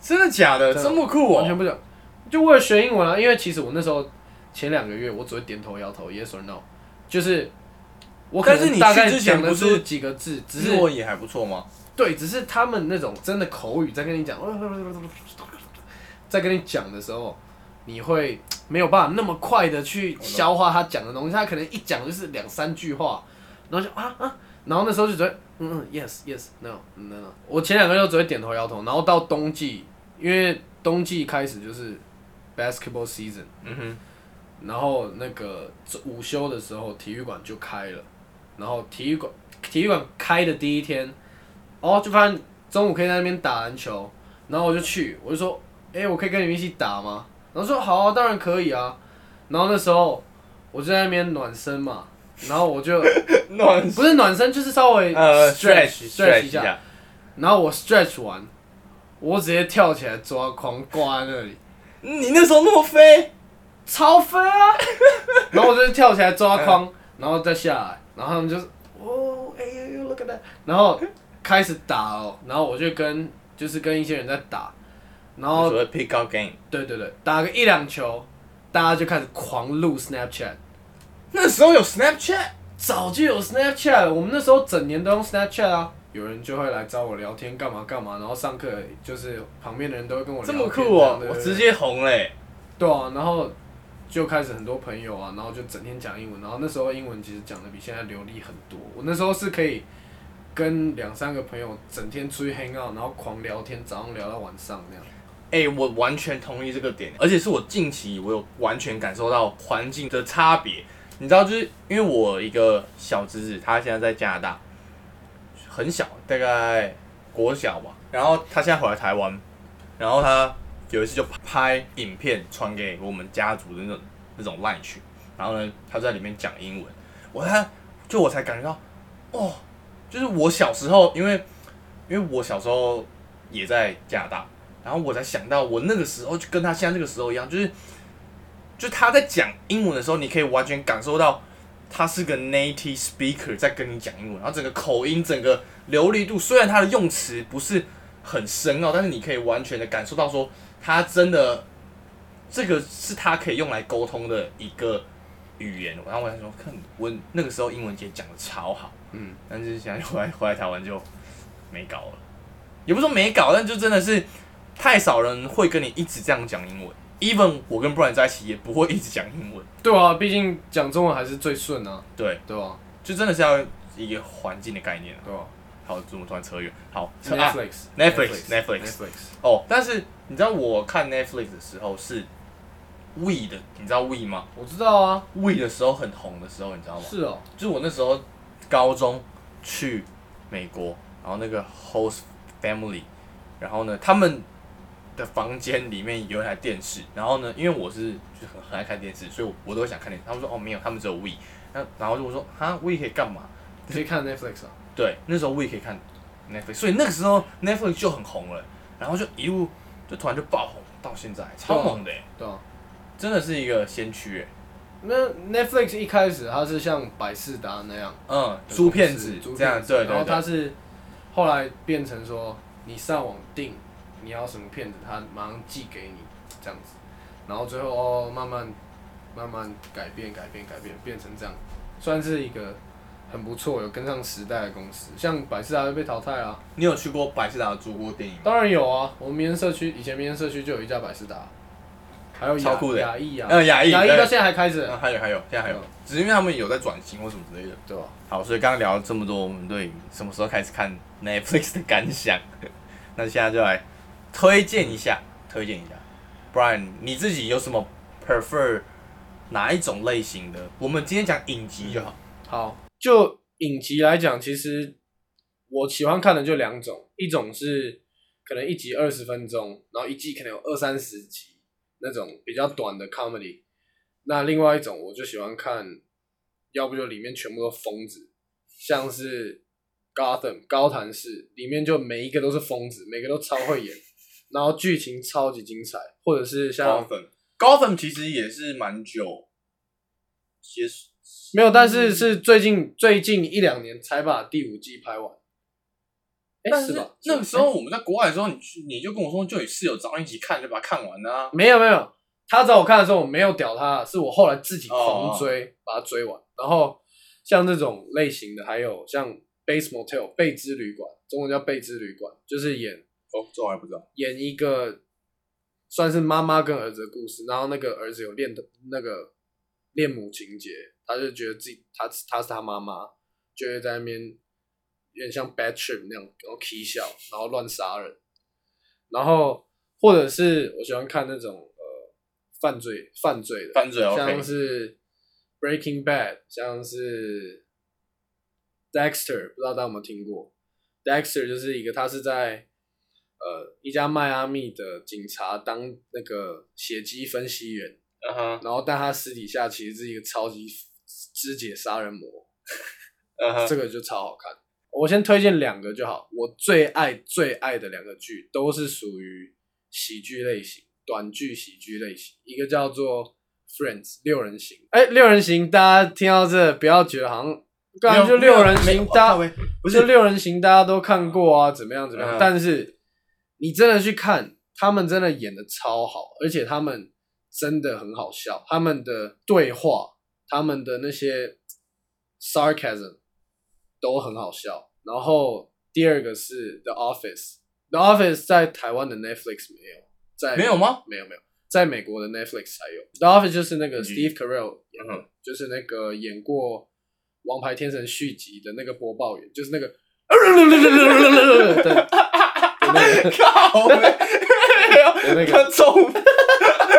真的假的？真这的么酷完哦、全不讲，就为了学英文啊。因为其实我那时候前两个月我只会点头摇头 yes or no，就是我可但是能你大概去之前讲得不是出几个字，只日是文也还不错吗？对，只是他们那种真的口语在跟你讲， *laughs* 在跟你讲的时候，你会没有办法那么快的去消化他讲的东西，他可能一讲就是两三句话，然后就啊啊，然后那时候就觉得嗯嗯 yes yes no no no，我前两个就只会点头摇头，然后到冬季，因为冬季开始就是 basketball season，嗯 *laughs* 哼，然后那个午休的时候，体育馆就开了，然后体育馆体育馆开的第一天，哦，就发现中午可以在那边打篮球，然后我就去，我就说，哎、我可以跟你们一起打吗？然后说好、啊，当然可以啊。然后那时候我就在那边暖身嘛，然后我就暖不是暖身，就是稍微 *laughs* 呃 stretch stretch stretch stretch 一下，，然后我 stretch 完，我直接跳起来抓狂挂在那里。你那时候那么飞，超飞啊！ *laughs* 然后我就跳起来抓框，然后再下来，然后他们就是哦，哎呦呦，look at that，然后开始打哦，然后我就跟就是跟一些人在打，然后所谓 pick up game。对对对，打个一两球，大家就开始狂录 Snapchat，那时候有 Snapchat，早就有 Snapchat，了我们那时候整年都用 Snapchat 啊。有人就会来找我聊天，干嘛干嘛，然后上课就是旁边的人都会跟我聊这天么酷哦、这样对我对对直接红欸嘞、对啊，然后就开始很多朋友啊，然后就整天讲英文，然后那时候英文其实讲的比现在流利很多。我那时候是可以跟两三个朋友整天出去 hang out，然后狂聊天，早上聊到晚上那样。哎、我完全同意这个点，而且是我近期我有完全感受到环境的差别。你知道，就是因为我一个小侄子，他现在在加拿大，很小，大概国小吧。然后他现在回来台湾，然后他有一次就拍影片传给我们家族的那种那种 line 群，然后呢，他在里面讲英文，我他就我才感觉到，哦，就是我小时候，因为因为我小时候也在加拿大，然后我才想到，我那个时候就跟他现在这个时候一样，就是，就他在讲英文的时候，你可以完全感受到他是个 native speaker 在跟你讲英文，然后整个口音、整个流利度，虽然他的用词不是很深奥，但是你可以完全的感受到说，他真的这个是他可以用来沟通的一个语言。然后我想说，看我那个时候英文节讲的超好，嗯，但是现在回来回来台湾就没搞了，也不是说没搞，但就真的是太少人会跟你一直这样讲英文。even 我跟 Brian 在一起也不会一直讲英文，对啊，毕竟讲中文还是最顺啊，对，对吧、就真的是要一个环境的概念啊。对吧、好，怎么突然扯远？好，扯啊 Netflix, Netflix， Netflix Netflix Netflix 哦，但是你知道我看 Netflix 的时候是 We 的，你知道 We 吗我知道啊， ？We 的时候很红的时候，你知道吗？是哦，就是我那时候高中去美国，然后那个 host family，然后呢，他们的房间里面有一台电视，然后呢，因为我是就是很很爱看电视，所以我我都会想看电视。他们说哦没有，他们只有 We，那然后就我说哈 We 可以干嘛？你可以看 Netflix 啊，对，那时候 We 可以看 Netflix，所以那个时候 Netflix 就很红了，然后就一路就突然就爆红到现在，超猛的欸、对啊。真的是一个先驱、欸，那 Netflix 一开始它是像百事达那样。嗯，租片子租这样，片子对对对，然后它是后来变成说，你上网订你要什么片子，它马上寄给你这样子，然后最后哦慢慢慢慢改变改变改变，变成这样，算是一个很不错有跟上时代的公司。像百事达就被淘汰了，你有去过百事达租过电影吗？当然有啊，我们民生社区以前民生社区就有一家百事达，还有超亚酷的亚裔啊，呃亚裔亚裔对到现在还开着那，啊还有还有，现在还有嗯，只是因为他们有在转型或什么之类的。对吧？好，所以刚刚聊了这么多，我们对什么时候开始看 Netflix 的感想， *laughs* 那现在就来推荐一下，推荐一下，Brian，你自己有什么 prefer 哪一种类型的？我们今天讲影集就好。好，就影集来讲，其实我喜欢看的就两种，一种是可能一集二十分钟，然后一季可能有二三十集那种比较短的 comedy。那另外一种我就喜欢看，要不就里面全部都疯子，像是 Gotham 高谭市里面就每一个都是疯子，每个都超会演，然后剧情超级精彩，或者是啊哦像 Gotham，Gotham 其实也是蛮久结束，没有，但嗯是是最近最近一两年才把第五季拍完。哎，但是是吧？那个时候我们在国外的时候，你去你就跟我说，就你室友找你一起看，就把它看完啊。没有没有，他找我看的时候我没有屌他，是我后来自己哦狂追、把他追完。然后像这种类型的，还有像《Base Motel》贝兹旅馆，中文叫贝兹旅馆，就是演哦，这我还不知道。演一个算是妈妈跟儿子的故事，然后那个儿子有恋的那个恋母情节，他就觉得自己他他是他妈妈，就会在那边有点像 bad trip 那样，然后 k 笑，然后乱杀人，然后或者是我喜欢看那种呃犯罪犯罪的，犯罪 OK 像。是 Breaking Bad，像是 Dexter，不知道大家有没有听过？Dexter 就是一个他是在呃一家迈阿密的警察当那个血迹分析员，嗯哼，然后但他私底下其实是一个超级肢解杀人魔，嗯哼。这个就超好看。我先推荐两个就好，我最爱最爱的两个剧都是属于喜剧类型，短剧喜剧类型。一个叫做《Friends》六人行，哎、六人行，大家听到这不要觉得好像，感啊就六人行，大家不不是是六人行，大家都看过啊，怎么样怎么样？嗯但是你真的去看，他们真的演的超好，而且他们真的很好笑，他们的对话，他们的那些 sarcasm 都很好笑。然后第二个是 The Office，The Office 在台湾的 Netflix 没有，在没有吗？没有没有，在美国的 Netflix 才有。The Office 就是那个嗯 Steve Carell 演的，嗯就是那个演过《王牌天神》续集的那个播报员，就是那个 *laughs* 的的那个 *laughs* 靠背，那个他中那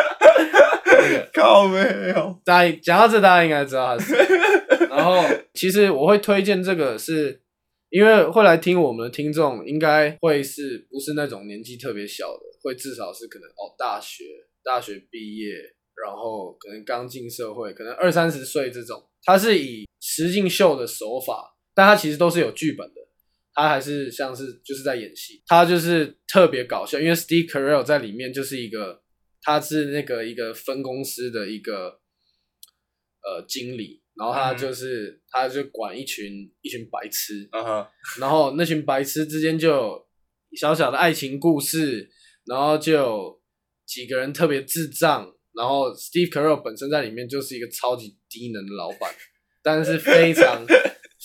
个。靠背哦，大家讲到这，大家应该知道他是谁。然后，其实我会推荐这个是，因为会来听我们的听众，应该会是不是那种年纪特别小的，会至少是可能哦，大学大学毕业，然后可能刚进社会，可能二三十岁这种。它是以实境秀的手法，但它其实都是有剧本的。他还是像是就是在演戏，他就是特别搞笑，因为 Steve Carell 在里面就是一个，他是那个一个分公司的一个呃经理，然后他嗯就是、他就管一群一群白痴，嗯哼，然后那群白痴之间就有小小的爱情故事，然后就有几个人特别智障，然后 Steve Carell 本身在里面就是一个超级低能的老板，但是非常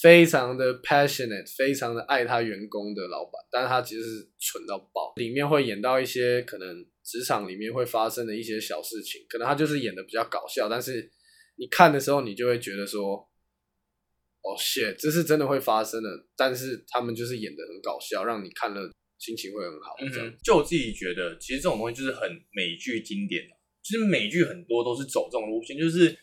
非常的 passionate，非常的爱他员工的老板，但是他其实是蠢到爆，里面会演到一些可能职场里面会发生的一些小事情，可能他就是演的比较搞笑，但是你看的时候你就会觉得说。哦、shit，这是真的会发生的，但是他们就是演的很搞笑，让你看了心情会很好。嗯这样哼，就我自己觉得，其实这种东西就是很美剧经典啊其实美剧很多都是走这种路线，就是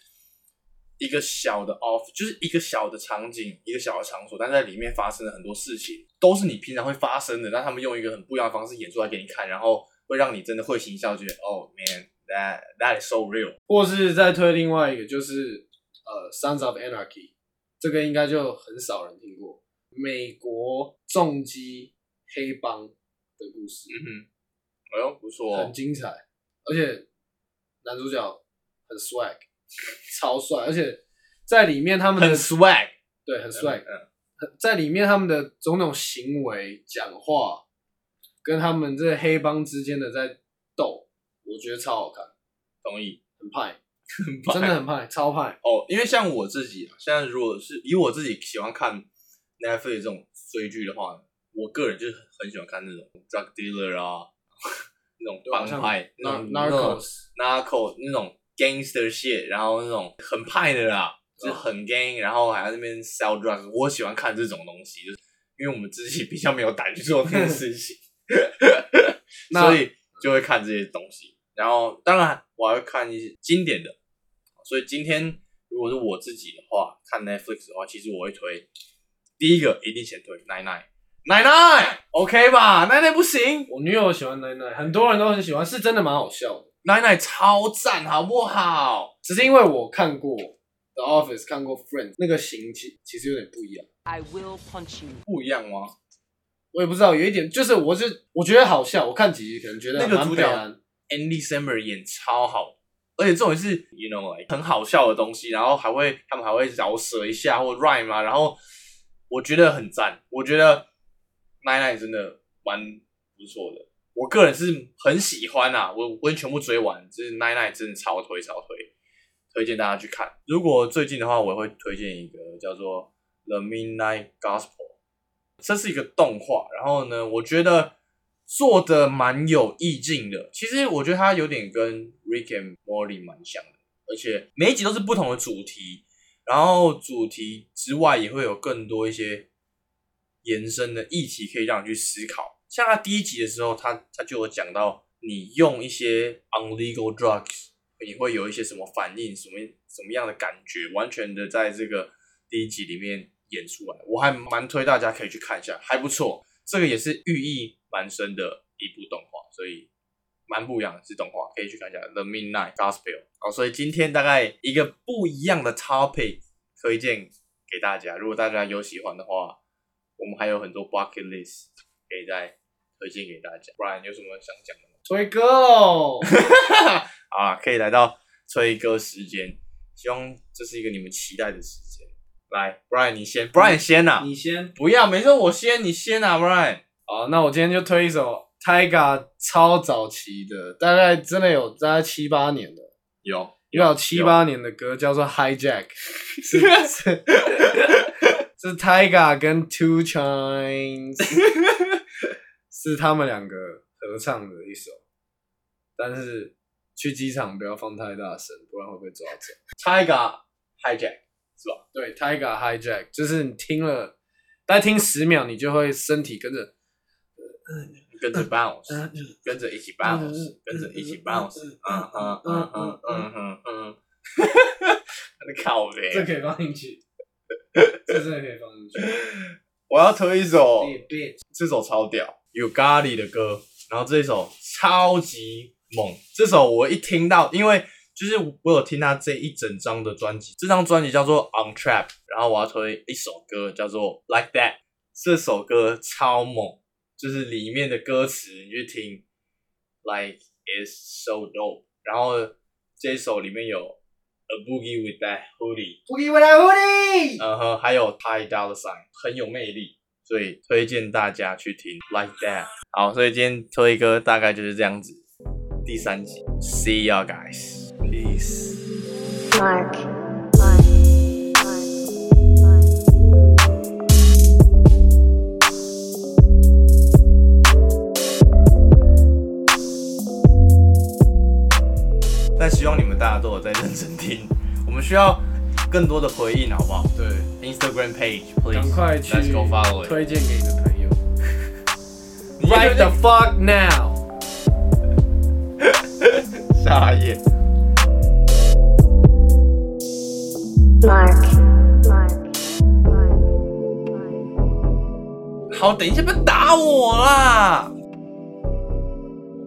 一个小的 off，就是一个小的场景，一个小的场所，但在里面发生了很多事情，都是你平常会发生的，但他们用一个很不一样的方式演出来给你看，然后会让你真的会心一笑，觉得哦 man that that is so real。或是再推另外一个，就是呃《Sons of Anarchy》，这个应该就很少人听过，美国重击黑帮的故事，嗯哼，哎呦不错、哦很，精彩，而且男主角很 swag，超帅，而且在里面他们很的 swag，对很 swag，嗯，在里面他们的种种行为、讲话，跟他们这黑帮之间的在斗，我觉得超好看，同意，很派，很棒真的很派，超派。哦，因为像我自己啊，现在如果是以我自己喜欢看 Netflix 这种追剧的话，我个人就是很喜欢看那种 drug dealer 啊，那种 *laughs* 对帮像派、那种 Nar- Narcos narco 那种 gangster shit，然后那种很派的啦，就是很 gang，然后还在那边 sell drugs。我喜欢看这种东西，就是因为我们自己比较没有胆去做这件事情，那所以就会看这些东西。然后当然我还会看一些经典的，所以今天如果是我自己的话，看 Netflix 的话，其实我会推第一个一定先推奶奶。奶奶，OK 吧？奶奶不行，我女友喜欢奶奶，很多人都很喜欢，是真的蛮好笑的。奶奶超赞，好不好？只是因为我看过 The Office，看过 Friends，那个型其其实有点不一样。 I will punch you. 不一样吗？我也不知道，有一点就是，我是我觉得好笑，我看几集可能觉得那个蛮主北角蓝 Andy Samberg 演超好，而且这种是 you know like 很好笑的东西，然后还会他们还会饶舌一下或 rhyme 啊，然后我觉得很赞，我觉得奈奈真的蛮不错的，我个人是很喜欢啊，我我已经全部追完，就是奈奈真的超推超推，推荐大家去看。如果最近的话，我会推荐一个叫做《The Midnight Gospel》，这是一个动画，然后呢，我觉得做的蛮有意境的。其实我觉得它有点跟《Rick and Morty》蛮像的，而且每一集都是不同的主题，然后主题之外也会有更多一些延伸的议题可以让你去思考。像他第一集的时候，他他就有讲到，你用一些 unlegal drugs，你会有一些什么反应，什么什么样的感觉，完全的在这个第一集里面演出来。我还蛮推大家可以去看一下，还不错。这个也是寓意蛮深的一部动画，所以蛮不一样的是动画，可以去看一下《The Midnight Gospel》。好，所以今天大概一个不一样的 topic 推荐给大家，如果大家有喜欢的话，我们还有很多 bucket list 可以再推荐给大家。不然有什么想讲的吗？推歌哦喽。啊，可以来到吹歌时间，希望这是一个你们期待的时间。来，Brian *laughs* 你先，Brian 先啊呐、你先。不要，没事，我先，你先啊，Brian。好，那我今天就推一首 Tyga 超早期的，大概真的有大概七八年的，有，有哦有七八年的歌叫做 *laughs* Hijack，是是 *laughs* 是 Tyga 跟 Two *laughs* Chains，是他们两个合唱的一首，但是去机场不要放太大声，不然会被抓走。 Tiger Hijack。对，Tiger Hijack，就是你听了，大概听十秒，你就会身体跟 *laughs* 着。跟着 bounce，跟着一起 bounce，跟着一起 bounce，嗯嗯嗯嗯嗯嗯 *laughs* 嗯，你靠这呗！可以放进 *laughs* 去，这真的可以放进去。我要推一首，对，这首超屌，有咖喱的歌，然后这一首超级猛，这首我一听到，因为就是我有听他这一整张的专辑，这张专辑叫做 On Trap，然后我要推一首歌叫做 Like That，这首歌超猛，就是里面的歌词你去听，Like is so dope，然后这一首里面有 A Boogie with That Hoodie。狐狸未来狐狸。嗯哼，还有 Ty Dolla Sign 很有魅力，所以推荐大家去听 Like That。好，所以今天推歌大概就是这样子，第三集，See you guys, peace。 Mark. 但希望你们大家都有在认真听，我们需要更多的回应，好不好对， ？Instagram page 赶 please，快去 Let's go follow it。推荐给你的朋友。你 Right the 先推 fuck now。荐下一页。 Mark. Mark. Mark. Mark. 好，等一下，不要打我啦！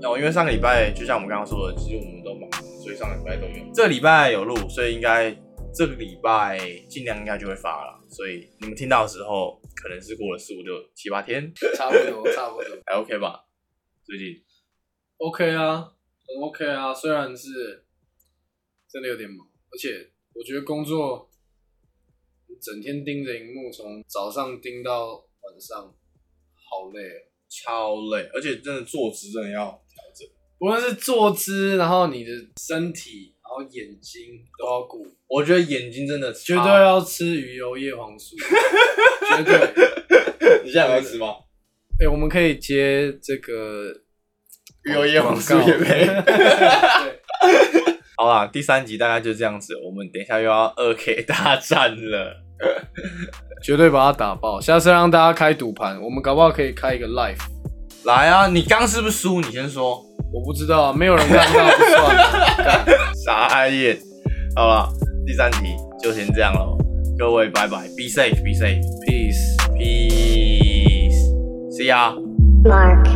哦，因为上个礼拜就像我们刚刚说的，其实我们都忙，所以上个礼拜都有。这个礼拜有录，所以应该这个礼拜尽量应该就会发了。所以你们听到的时候，可能是过了四五六七八天，差不多，差不多。还 OK 吧？最近 OK 啊，很 OK 啊，虽然是真的有点忙，而且我觉得工作你整天盯着荧幕，从早上盯到晚上，好累哦。超累，而且真的坐姿真的要无论是坐姿，然后你的身体，然后眼睛都要顾，我觉得眼睛真的绝对绝啊要吃鱼油叶黄 *laughs* 素，绝对。你现在有在吃吗？哎、我们可以接这个鱼油叶黄素广告叶配对哦 *laughs* 好啦，第三集大概就这样子，我们等一下又要二 K 大战了。绝对把它打爆。下次让大家开赌盘，我们搞不好可以开一个 live。来啊，你刚是不是输？你先说。我不知道啊，没有人看到不算。傻眼。好了，第三题就先这样了，各位拜拜，be safe，be Peace。 safe，peace，see ya。 Mark.